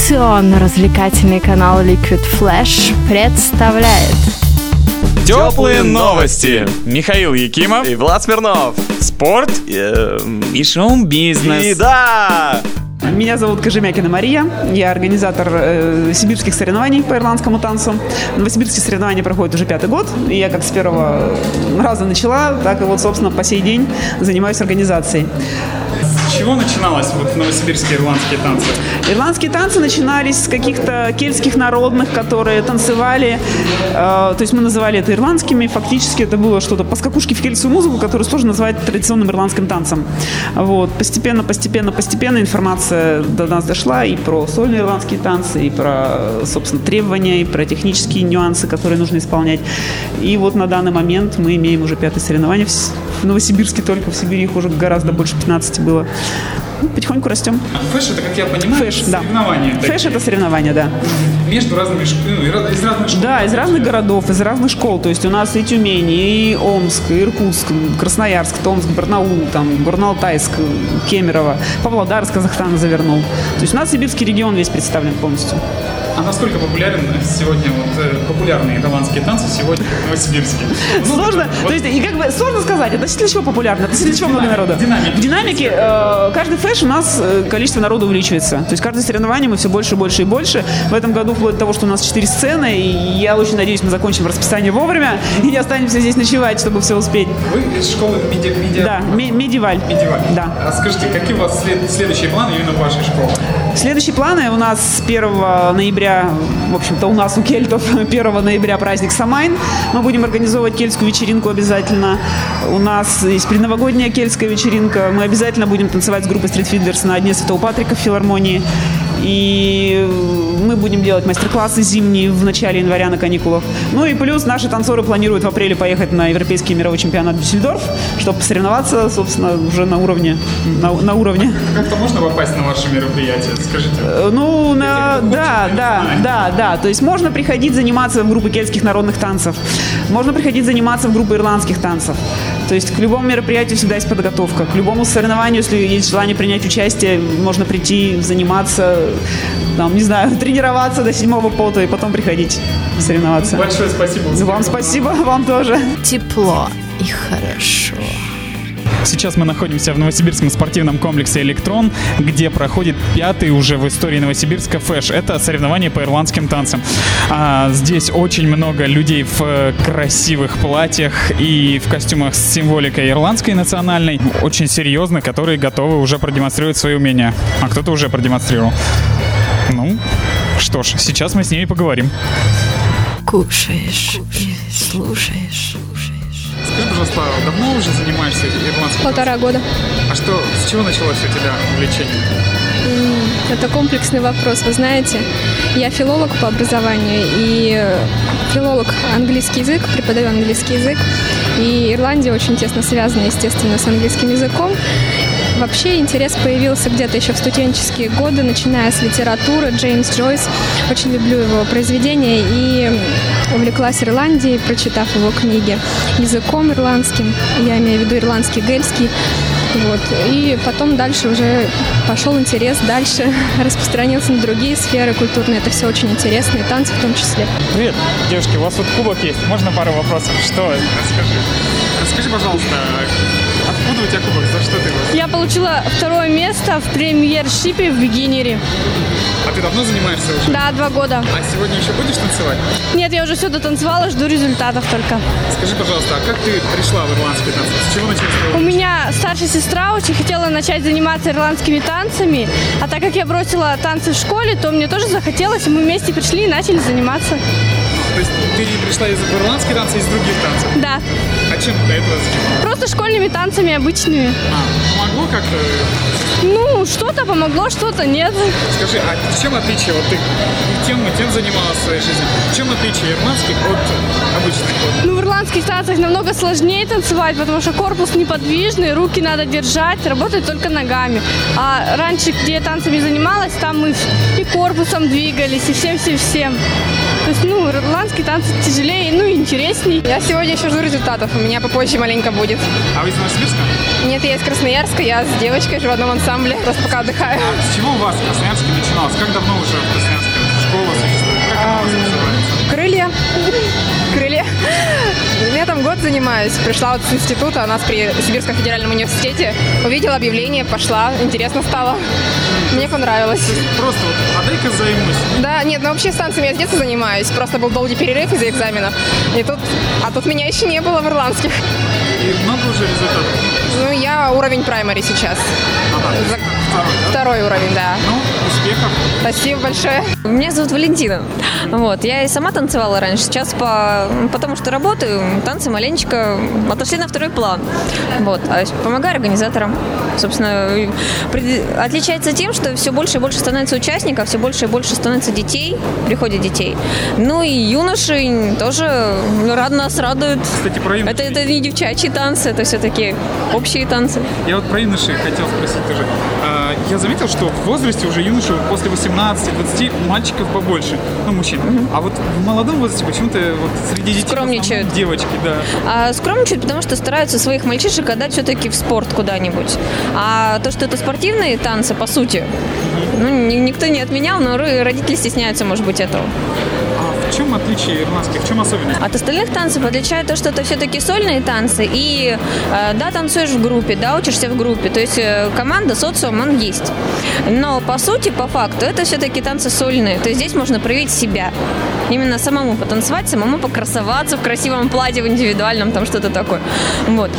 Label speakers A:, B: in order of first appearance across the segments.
A: Информационно-развлекательный канал Liquid Flash представляет
B: Теплые новости. Михаил Якимов,
C: И Влад Смирнов.
B: спорт
C: И, эм,
B: и шоу-бизнес.
C: и да!
D: Меня зовут Кожемякина Мария, я организатор э, сибирских соревнований по ирландскому танцу. Новосибирские соревнования проходят уже пятый год, и я как с первого раза начала, так и вот, собственно, по сей день занимаюсь организацией.
E: С чего начиналось вот новосибирские ирландские танцы?
D: Ирландские танцы начинались с каких-то кельтских народных, которые танцевали, э, то есть мы называли это ирландскими, фактически это было что-то по скакушке в кельтскую музыку, которую сложно назвать традиционным ирландским танцем. Вот. Постепенно, постепенно, постепенно информация до нас дошла и про сольные ирландские танцы, и про, собственно, требования, и про технические нюансы, которые нужно исполнять. И вот на данный момент мы имеем уже пятое соревнование в С- в Новосибирске только, в Сибири их уже гораздо больше 15 было. Ну, Потихоньку растем.
E: Фэш это, как я понимаю,
D: Фэш, да.
E: соревнования такие
D: Фэш это соревнования, да.
E: между разными ш- ну, и раз- из разных школ.
D: Да, из разных городов, из разных школ. То есть у нас и Тюмень, и Омск, и Иркутск, Красноярск, Томск, Барнаул, там, Горно-Алтайск, Кемерово, Павлодар, Казахстан завернул. То есть у нас сибирский регион весь представлен полностью.
E: А насколько популярен сегодня вот э, популярные ирландские танцы сегодня в Новосибирске? Ну,
D: Сложно,
E: вот
D: то есть, и как бы сложно сказать, относительно чего популярно, относительно чего много народу.
E: В динамике.
D: В динамике э, каждый фэш у нас э, количество народа увеличивается. То есть каждое соревнование мы все больше, больше и больше. В этом году вплоть до того, что у нас 4 сцены, и я очень надеюсь, мы закончим расписание вовремя и не останемся здесь ночевать, чтобы все успеть.
E: Вы из школы медиа... медиа...
D: Да, ме- медиваль.
E: медиеваль.
D: Да.
E: А скажите, какие у вас след- следующие планы именно вашей школы?
D: Следующие планы у нас с 1 ноября, в общем-то, у нас у кельтов 1 ноября праздник Самайн. Мы будем организовывать кельтскую вечеринку обязательно. У нас есть предновогодняя кельтская вечеринка. Мы обязательно будем танцевать с группой Street Fiddlers на Дне Святого Патрика в филармонии. И мы будем делать мастер-классы зимние в начале января на каникулах. Ну и плюс наши танцоры планируют в апреле поехать на Европейский мировой чемпионат Дюссельдорф, чтобы посоревноваться, собственно, уже на уровне. На, на уровне.
E: Как-то можно попасть на ваше мероприятие? Скажите.
D: Э, Ну, на-
E: кто хочет,
D: да,
E: я
D: да,
E: знаю.
D: да, да. То есть можно приходить заниматься в группы кельтских народных танцев. Можно приходить заниматься в группы ирландских танцев. То есть к любому мероприятию всегда есть подготовка. К любому соревнованию, если есть желание принять участие, можно прийти, заниматься, там, не знаю, тренироваться до седьмого пота и потом приходить соревноваться.
E: Большое спасибо.
D: Вам спасибо, вам тоже.
A: тепло и хорошо.
E: Сейчас мы находимся в новосибирском спортивном комплексе «Электрон», где проходит пятый уже в истории Новосибирска фэш. Это соревнование по ирландским танцам. А, здесь очень много людей в э, красивых платьях и в костюмах с символикой ирландской национальной. Очень серьезно, которые готовы уже продемонстрировать свои умения. А кто-то уже продемонстрировал. Ну, что ж, сейчас мы с ними поговорим.
F: Кушаешь, и слушаешь.
E: Скажи, пожалуйста, а давно уже занимаешься ирландским
G: Полтора года.
E: А что, с чего началось у тебя увлечение?
G: Это комплексный вопрос, вы знаете. Я филолог по образованию и э, филолог английский язык, преподаю английский язык. И Ирландия очень тесно связана, естественно, с английским языком. Вообще интерес появился где-то еще в студенческие годы, начиная с литературы. Джеймс Джойс. Очень люблю его произведения и м, увлеклась Ирландией, прочитав его книги языком ирландским. Я имею в виду ирландский, гельский. Вот. И потом дальше уже пошел интерес, дальше распространился на другие сферы культурные. Это все очень интересно, и танцы в том числе.
E: Привет, девушки, у вас тут кубок есть. Можно пару вопросов? Что? Расскажи. Расскажи, пожалуйста, откуда у тебя кубок? За что ты его?
H: Я получила второе место в премьер-шипе в бигинере.
E: А ты давно занимаешься уже?
H: Да, два года.
E: А сегодня еще будешь танцевать?
H: Нет, я уже все дотанцевала, жду результатов только.
E: Скажи, пожалуйста, а как ты пришла в ирландский танцы? С чего началось?
H: У
E: твое-
H: меня старшая сестра очень хотела начать заниматься ирландскими танцами, а так как я бросила танцы в школе, то мне тоже захотелось, и мы вместе пришли и начали заниматься.
E: То есть ты пришла из ирландских танцев, а из других танцев?
H: Да,
E: А чем ты до этого занималась?
H: просто школьными танцами обычными.
E: А, помогло как-то?
H: Ну, что-то помогло, что-то нет.
E: Скажи, а в чем отличие? Вот ты и тем, и тем занималась в своей жизни. В чем отличие ирландских от обычных? Вот
H: Ну, в ирландских танцах намного сложнее танцевать, потому что корпус неподвижный, руки надо держать, работать только ногами. А раньше, где я танцами занималась, там мы и корпусом двигались, и всем-всем-всем. То есть, ну, ирландские танцы тяжелее, ну, и интересней.
G: Я сегодня еще жду результатов, у меня попозже маленько будет.
E: А вы из Новосибирска?
G: Нет, я из Красноярска, я с девочкой живу в одном ансамбле, просто пока отдыхаю.
E: С чего у вас в Красноярске начиналось? Как давно уже в Красноярске школа существует? Как она у вас называется?
G: Крылья. Крылья. Я там год занимаюсь. Пришла вот с института, у нас при Сибирском федеральном университете. Увидела объявление, пошла, интересно стало. Мне понравилось.
E: Просто вот, а дай-ка займусь.
G: Да, нет, ну вообще станциями я с детства занимаюсь. Просто был долгий перерыв из-за экзаменов. И тут, а тут меня еще не было в ирландских.
E: И много уже результатов.
G: Ну, я уровень праймари сейчас. За- Второй уровень, да.
E: Ну, успехов.
G: Спасибо большое.
I: Меня зовут Валентина. Вот, я и сама танцевала раньше. Сейчас по, потому что работаю, танцы маленечко отошли на второй план. Вот, а с- помогаю организаторам. Собственно, и пред- отличается тем, что все больше и больше становится участников, все больше и больше становится детей, приходит детей. Ну и юноши тоже ну, рад нас радуют.
E: Кстати, про юношей.
I: Это, это не девчачьи танцы, это все-таки общие танцы.
E: Я вот про юношей хотел спросить тоже. А, Я заметил, что в возрасте уже юноши вот после 18-20 мальчиков побольше, ну, мужчин. А вот в молодом возрасте почему-то вот среди детей в основном
I: Скромничают.
E: девочки, да.
I: А скромничают, потому что стараются своих мальчишек отдать все-таки в спорт куда-нибудь. А то, что это спортивные танцы, по сути, ну, ни- никто не отменял, но ры- родители стесняются, может быть, этого.
E: А в чем отличие ирландских, в чем особенность?
I: От остальных танцев отличает то, что это все-таки сольные танцы, и э, да, танцуешь в группе, да, учишься в группе, то есть э, команда, социум, он есть. Но по сути, по факту, это все-таки танцы сольные, то есть здесь можно проявить себя. Именно самому потанцевать, самому покрасоваться в красивом платье, в индивидуальном, там что-то такое. Вот.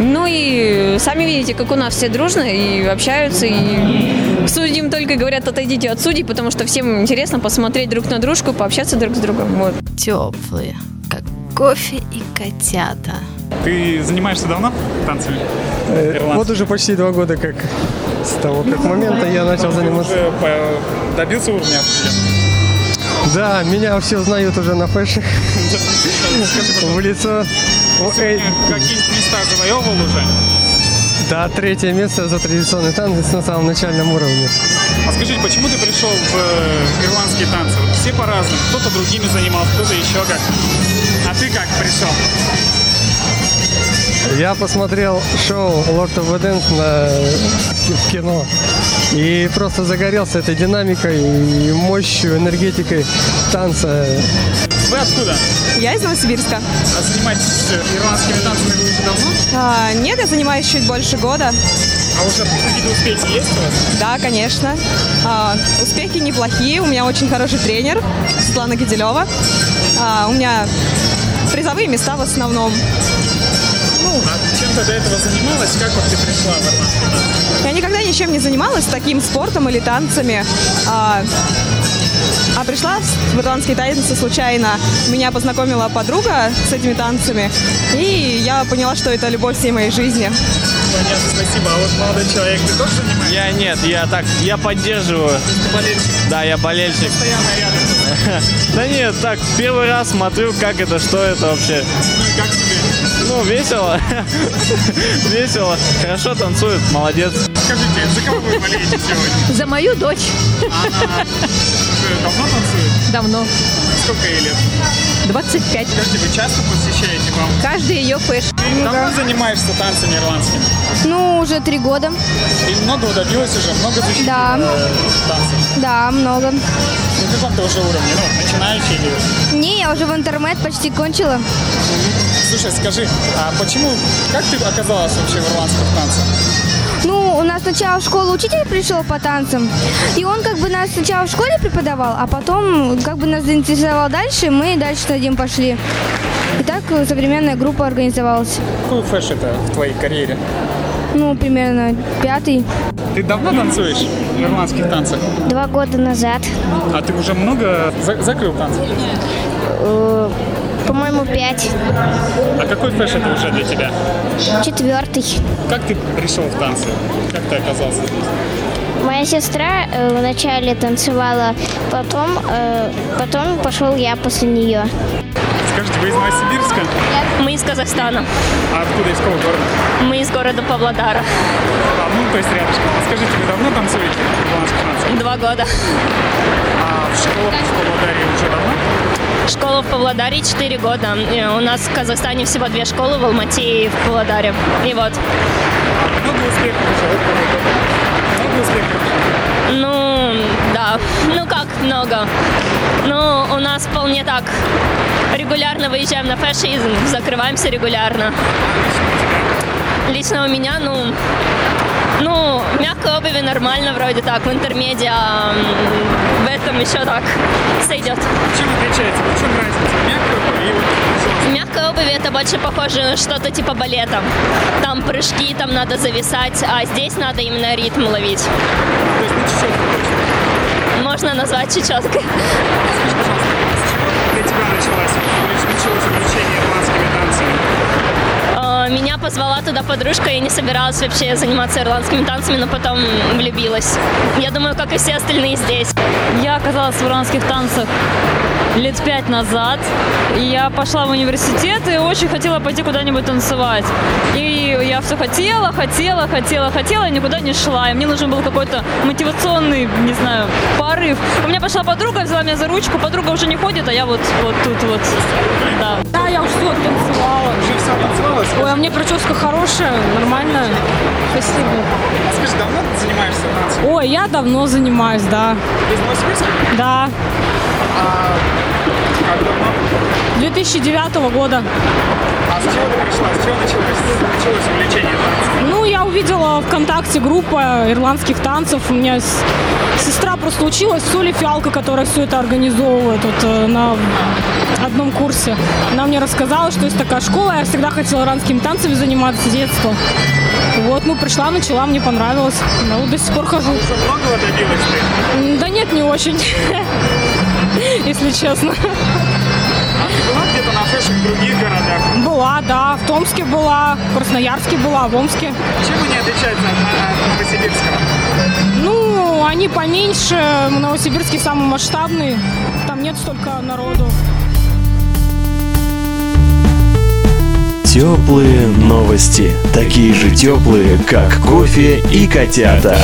I: Ну и сами видите, как у нас все дружно и общаются, и судьям только говорят, отойдите от судей, потому что всем интересно посмотреть друг на дружку, пообщаться друг с другом. Вот.
A: Теплые, как кофе и котята.
E: Ты занимаешься давно танцами?
J: Вот уже почти два года как с того как момента я начал заниматься.
E: Уже по- добился уровня?
J: Да, меня все знают уже на фэшах,
E: Скажи,
J: в
E: пожалуйста,
J: лицо. О, эй,
E: сегодня какие-нибудь места завоевывал уже?
J: Да, третье место за традиционный танец на самом начальном уровне.
E: А скажите, почему ты пришел в э, ирландские танцы? Вот все по-разному. Кто-то другими занимался, кто-то еще как. А ты как пришел?
J: Я посмотрел шоу Lord of the Dance на... в кино и просто загорелся этой динамикой и мощью, энергетикой танца.
E: Вы откуда?
I: Я из Новосибирска.
E: А занимаетесь э, ирландскими танцами вы уже давно?
I: А, нет, я занимаюсь чуть больше года.
E: А уже какие-то успехи есть у вас?
I: Да, конечно. А, успехи неплохие. У меня очень хороший тренер Светлана Гадилева. А, у меня призовые места в основном. Ну,
E: А чем ты до этого занималась? Как вот ты пришла в ирландские танцы?
I: я никогда ничем не занималась таким спортом или танцами. А, а пришла в ирландские танцы случайно. Меня познакомила подруга с этими танцами. И я поняла, что это любовь всей моей жизни.
E: Понятно, спасибо. А вот молодой человек, ты тоже занимаешься?
C: Я нет, я так, я поддерживаю.
E: Ты болельщик
C: Да, я болельщик.
E: постоянно рядом.
C: Да нет, так, первый раз смотрю, как это, что это вообще.
E: Ну и как тебе?
C: Ну, весело. Весело. Хорошо танцует, молодец.
E: Скажите, за кого вы болеете сегодня?
F: За мою дочь
E: Она уже давно танцует?
F: давно,
E: Сколько ей лет?
F: 25.
E: Скажите, вы часто посещаете вам?
F: Каждый ее фэш.
E: Давно занимаешься танцами ирландскими?
H: Ну, уже три года.
E: И много добилась уже, много защитила
H: Да.
E: э, танцев.
H: Да, много.
E: На каком ты уже уровне? Ну, начинающий или...
H: Не, я уже в интернет почти кончила.
E: Слушай, скажи, а почему, как ты оказалась вообще в ирландских танцах?
H: Ну, у нас сначала в школу учитель пришел по танцам, и он как бы нас сначала в школе преподавал, а потом как бы нас заинтересовал дальше, мы дальше с Надим пошли. И так э, современная группа организовалась.
E: Какой фэш это в твоей карьере?
H: Ну, примерно пятый.
E: Ты давно танцуешь в ирландских танцах?
H: Два года назад.
E: А ты уже много за- закрыл танцев?
H: По-моему, пять.
E: А какой фэш это уже для тебя?
H: Четвертый.
E: Как ты пришел в танцы? Как ты оказался здесь?
H: Моя сестра э, вначале танцевала, потом, э, потом пошел я после нее.
E: Скажите, вы из Новосибирска?
F: Мы из Казахстана.
E: А откуда, из какого города?
F: Мы из города Павлодара.
E: А, ну, то есть рядышком. А скажите, вы давно танцуете в ирландских танцах?
F: Два года.
E: А в школу в Павлодаре уже давно?
K: Школа в Павлодаре 4 года. Э, У нас в Казахстане всего две школы, в Алмате и в Павлодаре. И вот. Ну, да. Ну как много? Ну, у нас вполне так. Регулярно выезжаем на фэшизм, закрываемся регулярно. Лично у меня, ну, ну, мягкой обуви нормально вроде так, в интермедиа м, в этом еще так сойдет.
E: Чем отличается? В чем разница? Мягкая и
K: Мягкая обувь это больше похоже на что-то типа балета. Там прыжки, там надо зависать, а здесь надо именно ритм ловить. Можно назвать чечеткой.
E: Для тебя началась, началось увлечение ирландскими танцами.
K: Э, Меня позвала туда подружка, я не собиралась вообще заниматься ирландскими танцами, но потом влюбилась. Я думаю, как и все остальные здесь.
I: Я оказалась в ирландских танцах лет пять назад. И я пошла в университет и очень хотела пойти куда-нибудь танцевать. И я все хотела, хотела, хотела, хотела, и никуда не шла. И мне нужен был какой-то мотивационный, не знаю, порыв. У меня пошла подруга, взяла меня за ручку, подруга уже не ходит, а я вот, вот тут вот. Да. Да, я уже все танцевала. Ой, а мне прическа хорошая, нормальная. Спасибо.
E: Скажи, давно ты занимаешься танцами?
I: Ой, я давно занимаюсь, да.
E: Из Новосибирска?
I: Да.
E: А как давно?
I: 2009 года.
E: А с чего ты пришла? С чего началось, началось увлечение танцами?
I: Ну, я увидела ВКонтакте группа ирландских танцев. У меня с- сестра просто училась, Соли Фиалка, которая все это организовывает вот, э, на одном курсе. Она мне рассказала, что есть такая школа. Я всегда хотела ирландскими танцами заниматься с детства. Вот, ну, пришла, начала, мне понравилось. Ну, до сих пор хожу.
E: Многого добилась ты?
I: М, Да нет, не очень, если честно.
E: А ты была где-то на фэшн в других городах?
I: Была, да, в Томске была, в Красноярске была, в Омске.
E: Чем они отличаются от Новосибирского?
I: Ну, они поменьше, в Новосибирске самый масштабный, там нет столько народу.
J: Теплые новости. Такие же теплые, как кофе и котята.